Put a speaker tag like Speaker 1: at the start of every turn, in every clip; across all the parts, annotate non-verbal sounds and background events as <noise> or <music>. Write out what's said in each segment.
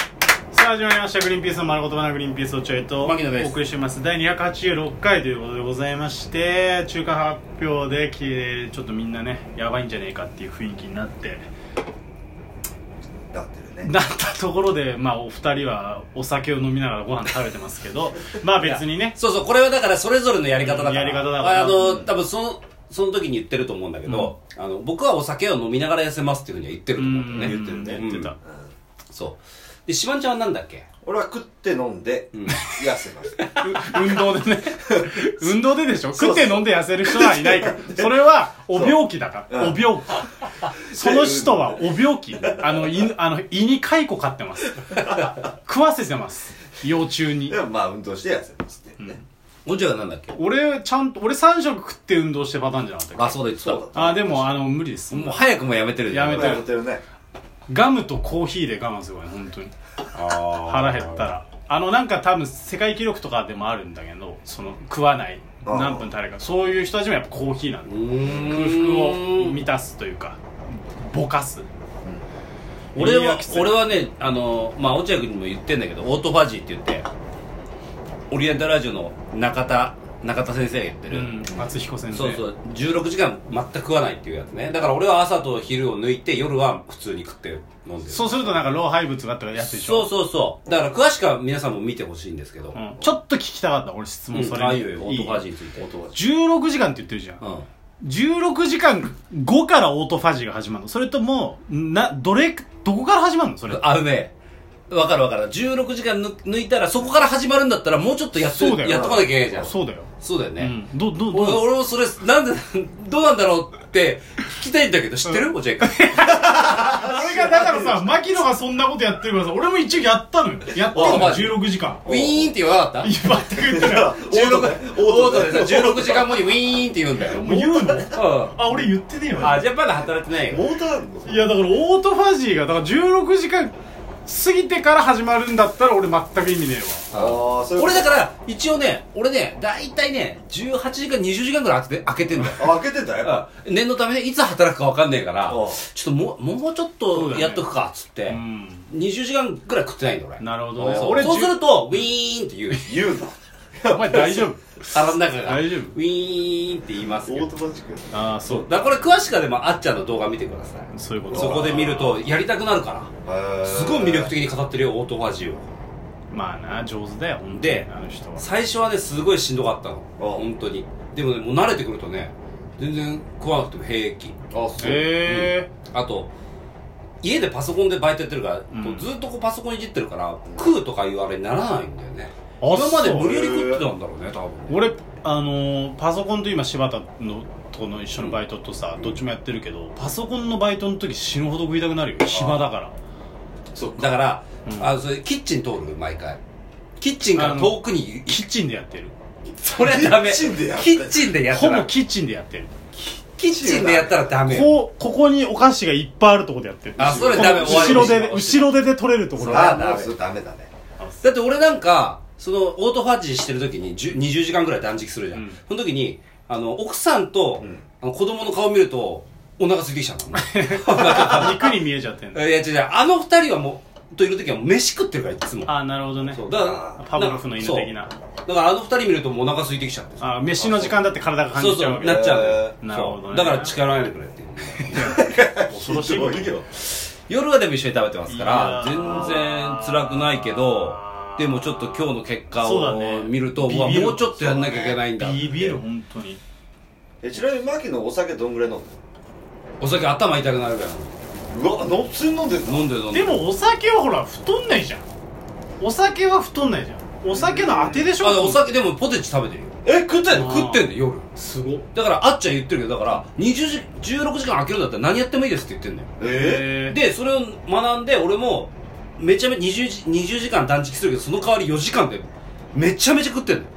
Speaker 1: さあ始まりました「グリーンピースの丸ごとバナグリーンピースおちょい」とお
Speaker 2: 牧野です
Speaker 1: 送りしてます第286回ということでございまして中華発表できちょっとみんなねやばいんじゃねえかっていう雰囲気になって
Speaker 3: だってるね
Speaker 1: なったところでまあお二人はお酒を飲みながらご飯食べてますけどまあ別にね
Speaker 2: そうそう、これはだからそれぞれのやり方だから。
Speaker 1: やり方だから
Speaker 2: あの、多分その、その時に言ってると思うんだけど、あの、僕はお酒を飲みながら痩せますっていうふうには言ってると思うんだよね。
Speaker 1: 言ってるね
Speaker 2: うん
Speaker 1: 言ってた
Speaker 2: そう。で、しばんちゃんはなんだっけ
Speaker 3: 俺は食って飲んで
Speaker 2: うん
Speaker 3: 痩せました
Speaker 1: う運動
Speaker 3: <laughs>
Speaker 1: でね運動ででしょ
Speaker 3: そう
Speaker 1: 食って飲んで痩せる人はいないからそれはお病気だからお
Speaker 3: そううん
Speaker 1: 病気その人はお病気あの胃あの胃に蚕飼ってます食わせてます幼虫に
Speaker 3: でもまあ運動して痩せますってね
Speaker 2: もちろんなんだっけ
Speaker 1: 俺ちゃんと俺3食食って運動してパターンじゃなかった
Speaker 2: あ、
Speaker 1: っ
Speaker 2: そうだ言って
Speaker 3: そう
Speaker 1: けあでもあの無理です
Speaker 2: た。もう早くもやめてるじゃん
Speaker 1: やめ
Speaker 3: やってるね
Speaker 1: ガムとコーヒーで我慢するからね本当に腹
Speaker 2: 腹
Speaker 1: 減った。らあのなんか多分世界記録とかでもあるんだけどその食わない
Speaker 3: あー
Speaker 1: 何分誰かそういう人たちもやっぱコーヒーなんだ
Speaker 2: うーん
Speaker 1: 空腹を満たすというかぼかす
Speaker 2: 俺
Speaker 1: いや
Speaker 2: は
Speaker 1: きつい
Speaker 2: 俺はねあのまあ落合君にも言ってんだけどオートファジーって言ってオリエンタルラジオの中田中田先生が言って
Speaker 1: う
Speaker 2: る、
Speaker 1: ん松彦先生
Speaker 2: そうそう16時間全く食わないっていうやつねだから俺は朝と昼を抜いて夜は普通に食って飲んでる
Speaker 1: そうするとなんか老廃物がとかやつでしょ
Speaker 2: そうそうそうだから詳しくは皆さんも見てほしいんですけど、うん
Speaker 1: ん、ちょっと聞きたかった俺質問それ、
Speaker 2: ああいうよオートファジ
Speaker 1: い
Speaker 2: ーについて
Speaker 3: 音が
Speaker 1: 16時間って言ってるじゃん、
Speaker 2: うん
Speaker 1: 16時間後からオートファジーが始まるのそれともなどれどこから始まるのそれ
Speaker 2: あのねわかるわかる16時間抜抜いたらそこから始まるんだったらもうちょっとやって
Speaker 1: そうだよ
Speaker 2: やっとかなきゃいけないじゃん
Speaker 1: そうだよ、
Speaker 2: そうだよね、
Speaker 1: うんどどど
Speaker 2: 俺
Speaker 1: う
Speaker 2: 俺もそれなんでどうなんだろうって聞きたいんだけど知ってる、おじゃ
Speaker 1: <laughs>
Speaker 2: いか
Speaker 1: 俺がだからさ牧野がそんなことやってるからさ俺も一応やったのよやってんの
Speaker 2: あマジ
Speaker 1: 16時間
Speaker 2: ウィーンって言わなかった
Speaker 1: いや全く言ってない
Speaker 2: 16オ
Speaker 3: オ
Speaker 2: ー
Speaker 3: ー
Speaker 2: ト
Speaker 3: ト
Speaker 2: で
Speaker 3: で
Speaker 2: さ
Speaker 3: ね
Speaker 2: 16時間後にウィーンって言うんだよ
Speaker 1: もう言うの
Speaker 2: う
Speaker 1: あ俺言ってねえ
Speaker 2: ん
Speaker 1: わ
Speaker 2: あじゃあまだ働いてないよ
Speaker 3: モーターあるの
Speaker 1: いやだからオートファジーがだから16時間過ぎてから始まるんだったら俺全く意味ねえ
Speaker 3: ああそういうこ
Speaker 2: 俺
Speaker 3: と
Speaker 2: だから一応ね俺ね大体ね18時間20時間ぐらい開けて開けてんだよ
Speaker 3: あ開けてんだやっぱ
Speaker 2: うん念のためねいつ働くか分かんねえから
Speaker 3: うん
Speaker 2: ちょっともうもうちょっ
Speaker 1: そう
Speaker 2: と
Speaker 1: だね
Speaker 2: やっとくかっつって、
Speaker 1: わうん
Speaker 2: 20時間ぐらい食ってないんだ俺
Speaker 1: なるほどね
Speaker 2: そう
Speaker 1: 俺
Speaker 2: そうするとウィーンって言う
Speaker 3: 言うな
Speaker 1: <laughs> お前大丈夫
Speaker 2: <laughs> 腹の中が
Speaker 1: 大丈夫
Speaker 2: ウィーンって言います
Speaker 3: オ
Speaker 2: けど
Speaker 3: ートマチック
Speaker 1: ああそう
Speaker 2: だからこれ詳しくはでもあっちゃんの動画見てください
Speaker 1: そういうこと
Speaker 2: そこで見るとやりたくなるか
Speaker 3: へ
Speaker 2: ら
Speaker 3: ー
Speaker 2: すごい魅力的に語ってるよオートファジーを
Speaker 1: まあな上手だよ本当に
Speaker 2: で
Speaker 1: あの人は
Speaker 2: 最初はねすごいしんどかったの
Speaker 3: あ
Speaker 2: 本当にでもねもう慣れてくるとね全然食わなくても平気
Speaker 3: あそう
Speaker 1: へえ
Speaker 2: あと家でパソコンでバイトやってるから、
Speaker 1: ん
Speaker 2: こうずっとこうパソコンいじってるから食うとかいうあれにならないんだよね
Speaker 1: あ
Speaker 2: 今まで
Speaker 1: そう
Speaker 2: 無理やり食ってたんだろうね多分ね
Speaker 1: 俺あのーパソコンと今柴田のとこの一緒のバイトとさどっちもやってるけどパソコンのバイトの時死ぬほど食いたくなるよ暇だから
Speaker 3: そっか
Speaker 2: だから、
Speaker 1: うん
Speaker 2: あのそれキッチン通る毎回キッチンか
Speaker 1: あ
Speaker 2: ら
Speaker 1: の
Speaker 2: 遠くに
Speaker 1: キッチンでやってる
Speaker 2: それはダメ
Speaker 3: キッチンでやった
Speaker 2: キッチンでやった
Speaker 1: ほ
Speaker 2: ら
Speaker 1: ぼキッチンでやってる
Speaker 2: キッチンでやったらダメよ
Speaker 1: こうここにお菓子がいっぱいあるとこでやってる
Speaker 2: あそれ
Speaker 1: この
Speaker 2: ダメ
Speaker 1: 後ろ
Speaker 2: 終わ
Speaker 1: で
Speaker 2: り
Speaker 1: 後ろ手で取れるところ
Speaker 3: あ
Speaker 2: あ
Speaker 3: あ
Speaker 2: ダメ
Speaker 3: もうそれダメだね
Speaker 2: だって俺なんかそのオートファジーしてる時に10 20時間ぐらい断食するじゃん、
Speaker 1: うん
Speaker 2: その時にあの奥さんと、
Speaker 3: ん
Speaker 2: あの子供の顔見るとお腹空いてきちゃう
Speaker 1: <laughs>
Speaker 2: んだ
Speaker 1: 肉に見えちゃってん
Speaker 2: い
Speaker 1: だ
Speaker 2: や違う違うあの二人はもうといる時はもう飯食ってるからいつも
Speaker 1: あなるほどね
Speaker 2: そうだから
Speaker 1: パブロフの犬的な
Speaker 2: そうだからあの二人見るともうお腹空いてきちゃって
Speaker 1: あ飯の時間だって体が感
Speaker 2: そう
Speaker 1: じち
Speaker 2: そ
Speaker 1: ゃ
Speaker 2: う
Speaker 1: うわけ
Speaker 2: なっちゃうのよ
Speaker 1: えーなるほどね
Speaker 2: そうだから力入れてくれっていう
Speaker 1: 恐ろしい
Speaker 3: ひ
Speaker 1: も
Speaker 3: ど
Speaker 1: んね
Speaker 3: いよ
Speaker 2: 夜はでも一緒に食べてますか
Speaker 1: いや
Speaker 2: ら全
Speaker 1: ー
Speaker 2: 然辛くないけどでもちょっと今日の結果
Speaker 1: そうだ
Speaker 2: を
Speaker 1: ね
Speaker 2: 見ると、
Speaker 1: ビ
Speaker 2: うわ
Speaker 1: ビる
Speaker 2: もうちょっとやんなきゃいけないんだって
Speaker 1: ビビる本当に
Speaker 3: えちなみにマキのお酒どんぐらい飲んで
Speaker 2: お酒頭痛くなるか
Speaker 3: るうわの普通に飲んでん
Speaker 2: ら
Speaker 3: の
Speaker 2: 飲んでる飲んで
Speaker 1: で
Speaker 2: る
Speaker 1: もお酒はほら太んないじゃんお酒は太んないじゃんお酒のあてでしょ
Speaker 2: あお酒でもポテチ食べてるよ
Speaker 3: え食ってんの
Speaker 1: あー
Speaker 2: 食ってんだよ夜
Speaker 1: すごっ
Speaker 2: だからあっちゃん言ってるけどだから20時16時間空けるんだったら何やってもいいですって言ってんだよ
Speaker 3: え
Speaker 1: で
Speaker 2: でそれを学んで俺もめちゃめちゃ 20, 時20時間断食するけどその代わり4時間でめちゃめちゃ食ってんのよ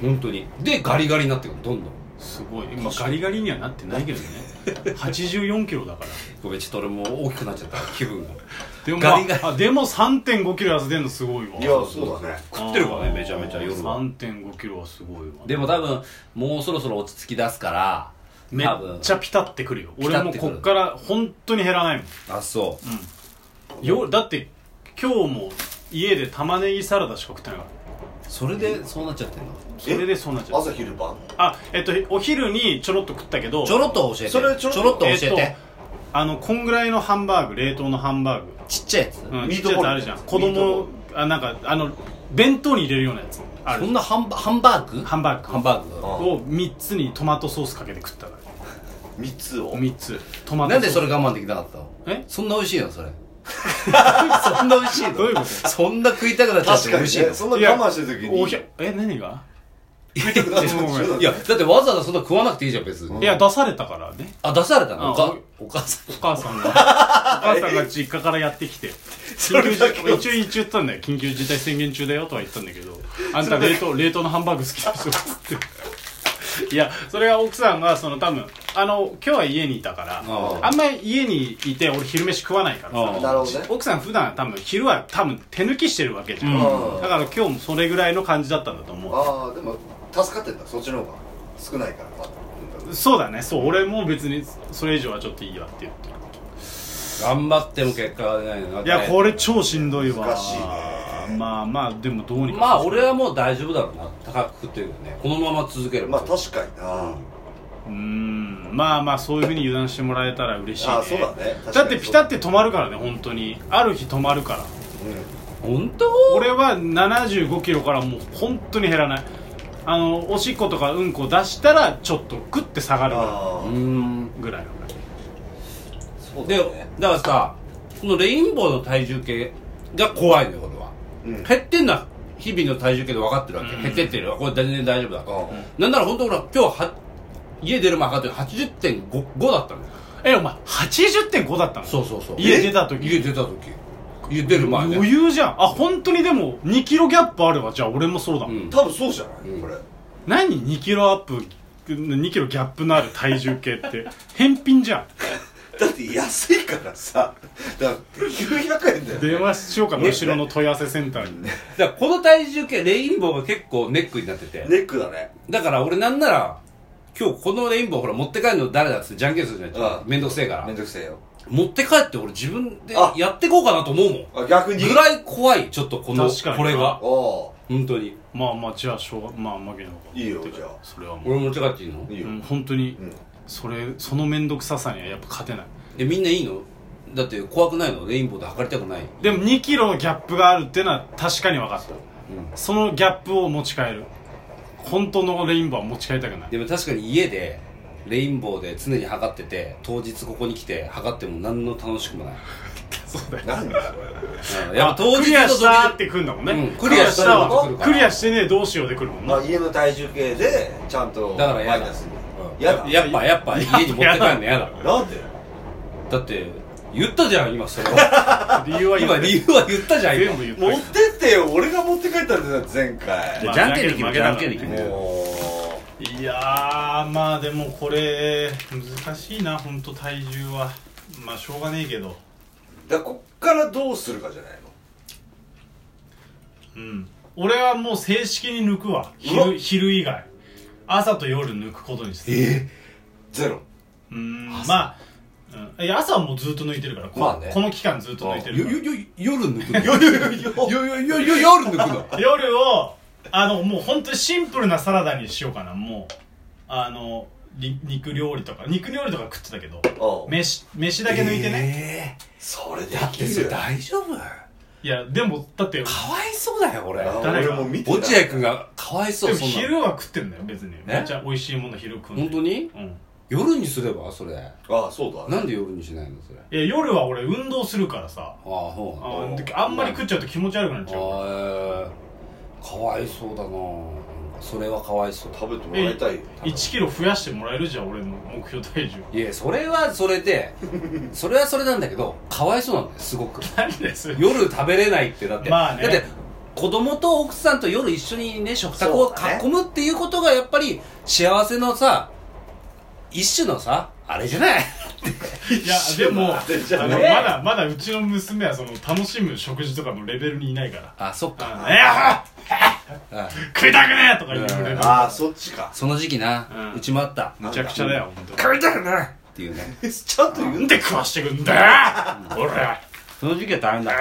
Speaker 2: 本当にでガリガリになってくるどんどん
Speaker 1: すごい今ガリガリにはなってないけどね84キロ <laughs> だから
Speaker 2: ごめんちょっと俺もう大きくなっちゃった <laughs> 気分が
Speaker 1: でも、
Speaker 2: ガリガリ
Speaker 1: あでも3.5キロ痩せてんのすごいわ
Speaker 3: いやそうだね
Speaker 2: 食ってるからねめちゃめちゃ夜は
Speaker 1: 3.5キロはすごいわ
Speaker 2: でも多分もうそろそろ落ち着き出すから
Speaker 1: めっ
Speaker 2: 多分
Speaker 1: ちゃピタってくるよ
Speaker 2: ピ
Speaker 1: 俺
Speaker 2: タっ
Speaker 1: も
Speaker 2: てくる
Speaker 1: こっから本当に減らないもん、
Speaker 2: あそう
Speaker 1: よだって今日も家で玉ねぎサラダしか食ってないから
Speaker 2: それでそうなっちゃってんの
Speaker 1: それでそうなっちゃう
Speaker 3: 朝昼晩
Speaker 1: あえっとお昼にちょろっと食ったけど
Speaker 2: ちょろっと教えて
Speaker 3: それちょろっと
Speaker 2: 教えて、
Speaker 1: えっとあのこんぐらいのハンバーグ冷凍のハンバーグ
Speaker 2: ちっちゃいやつ、
Speaker 1: うん
Speaker 3: ミ
Speaker 1: ちっ
Speaker 3: ー
Speaker 1: ちゃいやつ
Speaker 3: トボー
Speaker 1: あ
Speaker 3: ル
Speaker 1: るじゃん子供あなんかあの弁当に入れるようなやつあ
Speaker 2: そ
Speaker 1: る
Speaker 2: んなハンバハンバーグ
Speaker 1: ハンバーグ
Speaker 2: ハンバー
Speaker 3: あ
Speaker 1: を3つにトマトソースかけて食ったか
Speaker 3: 三つ
Speaker 1: ら
Speaker 3: を
Speaker 1: 3つトマ
Speaker 2: グ
Speaker 1: トソース
Speaker 2: なんでそれ我慢できなかったの
Speaker 1: え
Speaker 2: そんな美味しいのそれそんな美味しいの
Speaker 1: どういうこ
Speaker 2: そんな食いたくなっちゃって
Speaker 3: 確
Speaker 2: 美
Speaker 3: かに
Speaker 2: 味しいの
Speaker 3: ねそんな我慢してる時に
Speaker 1: おひゃえ何が
Speaker 3: 見てください
Speaker 1: ごめんごめ
Speaker 2: いやだってわざわざそんな食わなくていいじゃん別
Speaker 1: い
Speaker 2: に、
Speaker 1: や出されたからね
Speaker 2: あ出されたの
Speaker 1: あ
Speaker 2: おかお母さ
Speaker 1: お母さんが
Speaker 3: <laughs>
Speaker 1: お母さんが実家からやってきて緊急事
Speaker 3: だけ
Speaker 1: 一応一応言ったんだよ緊急事態宣言中だよとは言ったんだけどあんた冷凍冷凍のハンバーグ好きでしょつっていやそれは奥さんがその多分あの今日は家にいたから
Speaker 2: あ
Speaker 1: あんまり家にいて俺昼飯食わないから
Speaker 2: あ
Speaker 1: さ
Speaker 3: なるほどね
Speaker 1: 奥さん普段多分昼は多分手抜きしてるわけじゃん、
Speaker 3: うん
Speaker 1: だから今日もそれぐらいの感じだったんだと思う
Speaker 3: ああでも助かってんだそっちの方が少ないからまだ
Speaker 1: そうだねそう俺も別にそれ以上はちょっといいわって言ってる
Speaker 2: ん頑張っても結果が出ないのが
Speaker 1: いやこれ超しんどいわ
Speaker 3: 難しいね
Speaker 1: まあまあでもどうにか
Speaker 2: まあ俺はもう大丈夫だろうな高く食ってるよねこのまま続けれ
Speaker 3: ま
Speaker 2: ば
Speaker 3: あ確かにな
Speaker 1: うーんまあまあそういうふうに油断してもらえたら嬉しい、ね、
Speaker 3: あそうだね
Speaker 1: だってピタってて止まるからね本当にある日止まるから
Speaker 2: 本当
Speaker 1: 俺は7 5キロからもう本当に減らないあのおしっことかうんこ出したらちょっとグッて下がる
Speaker 3: あ
Speaker 2: う
Speaker 3: あ
Speaker 2: ん
Speaker 1: ぐらいの感じ
Speaker 3: そう
Speaker 2: で
Speaker 3: だね
Speaker 2: だからさこのレインボーの体重計が怖いのよ俺は、
Speaker 3: うん
Speaker 2: 減ってんな日々の体重計で分かってるわけ、
Speaker 1: うん
Speaker 2: 減ってってるわこれ全然大丈夫だ、
Speaker 3: あ
Speaker 2: なんなら本当俺は今日は家出る前測ってる80.5だったのよ
Speaker 1: えお前80.5だったの
Speaker 2: そうそうそう
Speaker 1: 家出た時
Speaker 2: 家出た時家出る前ね
Speaker 1: 余裕じゃんあ本当にでも2キロギャップあればじゃあ俺もそうだ、
Speaker 2: うん
Speaker 3: 多分そうじゃない
Speaker 2: うん
Speaker 3: これ
Speaker 1: 何2キロアップ2キロギャップのある体重計って返品じゃ
Speaker 3: だって安いからさだって900円だよ
Speaker 1: ん
Speaker 3: ね
Speaker 1: 電話しようかな後ろの問い合わせセンターに
Speaker 2: だからこの体重計レインボーが結構ネックになってて、
Speaker 3: ネックだね
Speaker 2: だから俺なんなら今日このレインボーほら持って帰るの誰だっつってじゃんけんするじゃ
Speaker 3: うんん
Speaker 2: めんどくせえか
Speaker 3: め
Speaker 2: ら
Speaker 3: んどくせえよ
Speaker 2: 持って帰って俺自分で
Speaker 3: あ
Speaker 2: やってこうかなと思うもん
Speaker 3: あ逆に
Speaker 2: ぐらい怖いちょっとこの
Speaker 1: 確かに
Speaker 2: これが
Speaker 3: あ
Speaker 2: 本当に
Speaker 1: まあまあじゃあしょうがまあ負けなのか
Speaker 3: いいよじゃあ
Speaker 1: それはもう
Speaker 2: 俺持って帰っていいの
Speaker 3: あいいうよ
Speaker 1: ん本当に
Speaker 3: うん
Speaker 1: それその面倒くささにはやっぱ勝てない
Speaker 2: えみんないいのだって怖くないのレインボーで測りたくない
Speaker 1: でも2キロのギャップがあるっていうのは確かに分かった
Speaker 2: うん
Speaker 1: そのギャップを持ち帰る本当のレインボーは持ち帰りたく
Speaker 2: <laughs>
Speaker 1: ない
Speaker 2: でも確かに家でレインボーで常に測ってて当日ここに来て測っても何の楽しくもない
Speaker 1: そうだよ
Speaker 3: なんだこれ
Speaker 2: うんやっぱ当日
Speaker 1: クリア
Speaker 2: と
Speaker 1: したーってくんだもんね、
Speaker 2: うんクリアした
Speaker 3: ら
Speaker 1: クリアしたわ
Speaker 2: 来るか
Speaker 1: ク
Speaker 2: ら
Speaker 1: リアしてねえどうしようでくるもん
Speaker 2: <laughs>
Speaker 3: ま
Speaker 1: な
Speaker 3: あ家の体重計でちゃんと
Speaker 2: だから
Speaker 3: マ
Speaker 2: や
Speaker 3: イ
Speaker 2: だ
Speaker 3: ナスに
Speaker 2: うん
Speaker 3: やだ
Speaker 2: やっぱやっぱ家に持って帰るのやだ
Speaker 3: なんで
Speaker 2: だって言ったじゃん今それは
Speaker 1: 理由は言っ <laughs>
Speaker 2: 今
Speaker 1: て
Speaker 2: 理由は言ったじゃん今
Speaker 1: 全部言った
Speaker 3: 持ってってよ俺が持って帰ったんだよ前回
Speaker 1: まあ
Speaker 2: じゃんけんで決め
Speaker 1: じ
Speaker 2: じ
Speaker 1: ゃ
Speaker 2: ゃ
Speaker 1: ん
Speaker 2: ん
Speaker 1: け
Speaker 2: け
Speaker 1: ん
Speaker 2: ん
Speaker 1: で
Speaker 2: で
Speaker 1: 決め
Speaker 2: 決め
Speaker 3: も
Speaker 1: いやーまあでもこれ難しいな本当体重はまあしょうがねえけど
Speaker 3: うだからこっからどうするかじゃないの
Speaker 1: うん俺はもう正式に抜くわ
Speaker 3: う
Speaker 1: 昼
Speaker 3: わ
Speaker 1: 昼以外朝と夜抜くことにする
Speaker 3: えゼロ
Speaker 1: うーんまあ、うん、いや朝はもうずっと抜いてるからこ,、
Speaker 3: まあね
Speaker 1: この期間ずっと抜いてる
Speaker 2: よ
Speaker 1: か
Speaker 2: よ
Speaker 1: ら
Speaker 2: よ夜抜
Speaker 1: <laughs>
Speaker 2: くのよよよよよ夜抜くの
Speaker 1: 夜をあのもう本当にシンプルなサラダにしようかなもうあのり肉料理とか肉料理とか食ってたけど
Speaker 3: おう
Speaker 1: 飯飯だけ抜いてね、
Speaker 2: ね
Speaker 3: それで
Speaker 2: だってそれ
Speaker 3: よ
Speaker 2: 大丈夫
Speaker 1: いやでもだって
Speaker 2: かわいそうだよ俺
Speaker 3: あ
Speaker 1: 誰
Speaker 3: 俺
Speaker 1: が
Speaker 3: も見てない
Speaker 2: 落合君がかわいそ
Speaker 1: で
Speaker 2: う
Speaker 1: も
Speaker 2: そんなの
Speaker 1: 昼は食ってんだよ別にめっちゃ美味しいもの昼食うんだよ
Speaker 2: 本当に
Speaker 1: うん
Speaker 2: 夜にすればそれ
Speaker 3: ああそうだね
Speaker 2: なんで夜にしないのそれあ
Speaker 1: いや夜は俺運動するからさ
Speaker 2: あほう
Speaker 1: あーあんまり食っちゃうと気持ち悪くなっちゃうか
Speaker 2: あーかわいそうだななんかそれはかわいそう
Speaker 3: 食べてもらいたいよ
Speaker 1: ら1キロ増やしてもらえるじゃん俺の目標体
Speaker 2: <laughs>
Speaker 1: 重
Speaker 2: いやそれはそれでそれはそれなんだけどかわいそうなんだよすごく
Speaker 1: 何です
Speaker 2: 夜食べれないってだって、
Speaker 1: まあね
Speaker 2: だって子供と奥さんと夜一緒にね食卓
Speaker 3: そ
Speaker 2: を
Speaker 3: うだね
Speaker 2: 囲むっていうことがやっぱり幸せのさ一種のさあれじゃな
Speaker 1: い
Speaker 2: い
Speaker 1: やで
Speaker 2: <laughs>
Speaker 1: もあ
Speaker 3: じゃ
Speaker 1: の
Speaker 3: あ
Speaker 1: ま
Speaker 3: ね
Speaker 1: だまだうちの娘はその楽しむ食事とかのレベルにいないから
Speaker 2: あそっ
Speaker 1: 「あ
Speaker 2: か
Speaker 1: のいや
Speaker 2: あ
Speaker 1: 食いたくねえ!」とか言うレベルめ
Speaker 3: ああそっちか <laughs>
Speaker 2: その時期な、う
Speaker 1: うん
Speaker 2: ちもあった
Speaker 3: なん
Speaker 1: ちゃくちゃだよ本当に
Speaker 2: 食べたくないっていうね
Speaker 3: ちゃんと言う
Speaker 1: なんんで食わしてくんだよ俺
Speaker 4: その時期は大変だ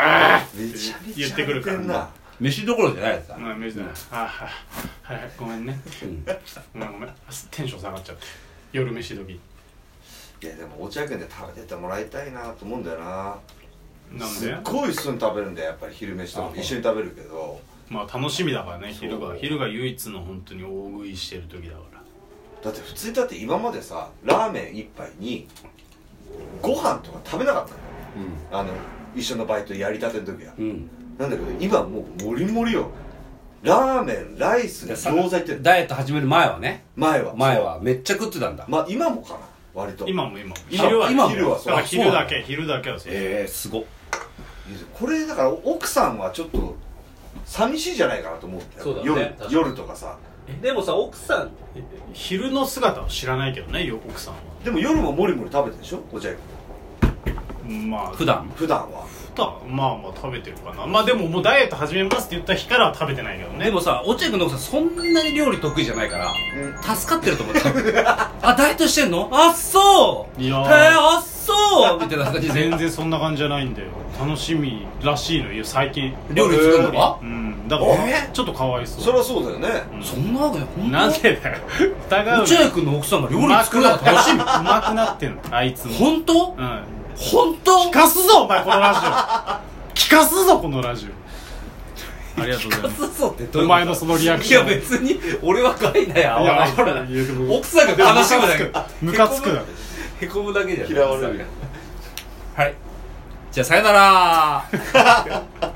Speaker 3: めちゃめちゃ
Speaker 1: 言ってくるから
Speaker 3: 似てんな
Speaker 4: 飯どころじゃないですか
Speaker 1: まあ、メジだな。あはい、はい、ごめんね。
Speaker 2: うん
Speaker 1: ごめん、ごめん。テンション下がっちゃって。夜飯時。
Speaker 3: いやでも落合君で食べてってもらいたいなと思うんだよな
Speaker 1: なん
Speaker 3: すっ
Speaker 1: で、
Speaker 3: ごい一緒に食べるんだよやっぱり昼飯とかも一緒に食べるけど
Speaker 1: まあ、楽しみだからね、昼
Speaker 3: そ
Speaker 1: が。
Speaker 3: う
Speaker 1: 昼が唯一の本当に大食いしてる時だから。
Speaker 3: だって普通にだって今までさラーメン一杯にご飯とか食べなかったのよあの一緒のバイトやりたての時は
Speaker 2: うんうん
Speaker 3: なんだけど今もうモリモリよラーメンライス
Speaker 2: でさ
Speaker 3: 餃子いってる
Speaker 2: ダイエット始める前はね
Speaker 3: 前は
Speaker 2: 前はめっちゃ食ってたんだ
Speaker 3: まあ今もかな割と
Speaker 1: 今も今も。
Speaker 3: 今
Speaker 1: 昼は、
Speaker 2: 今も
Speaker 3: 昼は
Speaker 1: だ
Speaker 3: そ
Speaker 1: か
Speaker 3: う
Speaker 1: ら昼だ
Speaker 2: そう
Speaker 1: け、昼だけはそう。
Speaker 2: ええすごっ
Speaker 3: これだから奥さんはちょっと寂しいじゃないかなと思うんだよ
Speaker 2: そうだね
Speaker 3: 夜
Speaker 2: 確かに
Speaker 3: 夜とかさ
Speaker 2: でもさ奥さん
Speaker 1: 昼の姿を知らないけどね、よ奥さんは。
Speaker 3: でも夜もモリモリ食べてるでしょお茶屋君
Speaker 1: まあ、
Speaker 2: 普段
Speaker 3: 普段は
Speaker 1: 普段まあまあ食べてるかな。まあでももうダイエット始めますって言った日からは食べてないけどね。
Speaker 2: でもさ落合君の奥さんそんなに料理得意じゃないから
Speaker 3: う
Speaker 2: 助かってると思ってた
Speaker 1: <laughs>
Speaker 2: あダイエットしてんのあっそう
Speaker 1: いやー
Speaker 2: へえあっそうみたいな感じで
Speaker 1: 全然そんな感じじゃないんだよ。楽しみらしいのよ、最近。
Speaker 2: 料理作るのが
Speaker 1: うん。だから、
Speaker 3: え
Speaker 1: ちょっとかわいそう。
Speaker 3: そりゃそうだよね
Speaker 1: うん
Speaker 2: そんなわけないほんと
Speaker 1: なんでだよ疑うな
Speaker 2: 落合君の奥さんが料理作るのが楽しみ
Speaker 1: うまくなってんのあいつも
Speaker 2: 本当
Speaker 1: うん
Speaker 2: 本当
Speaker 1: 聞かすぞお前このラジオ聞かすぞこのラジオありがとうございます
Speaker 2: すぞってどう
Speaker 1: お
Speaker 2: いうこと
Speaker 1: 前のそのリアクション
Speaker 2: いや別に俺は害だよ合わないから
Speaker 1: いやでも
Speaker 2: 奥さんが悲しむだけ
Speaker 1: ムカつくムカつ
Speaker 2: へこむだけじゃん
Speaker 3: 嫌われる
Speaker 2: はいじゃあさよなら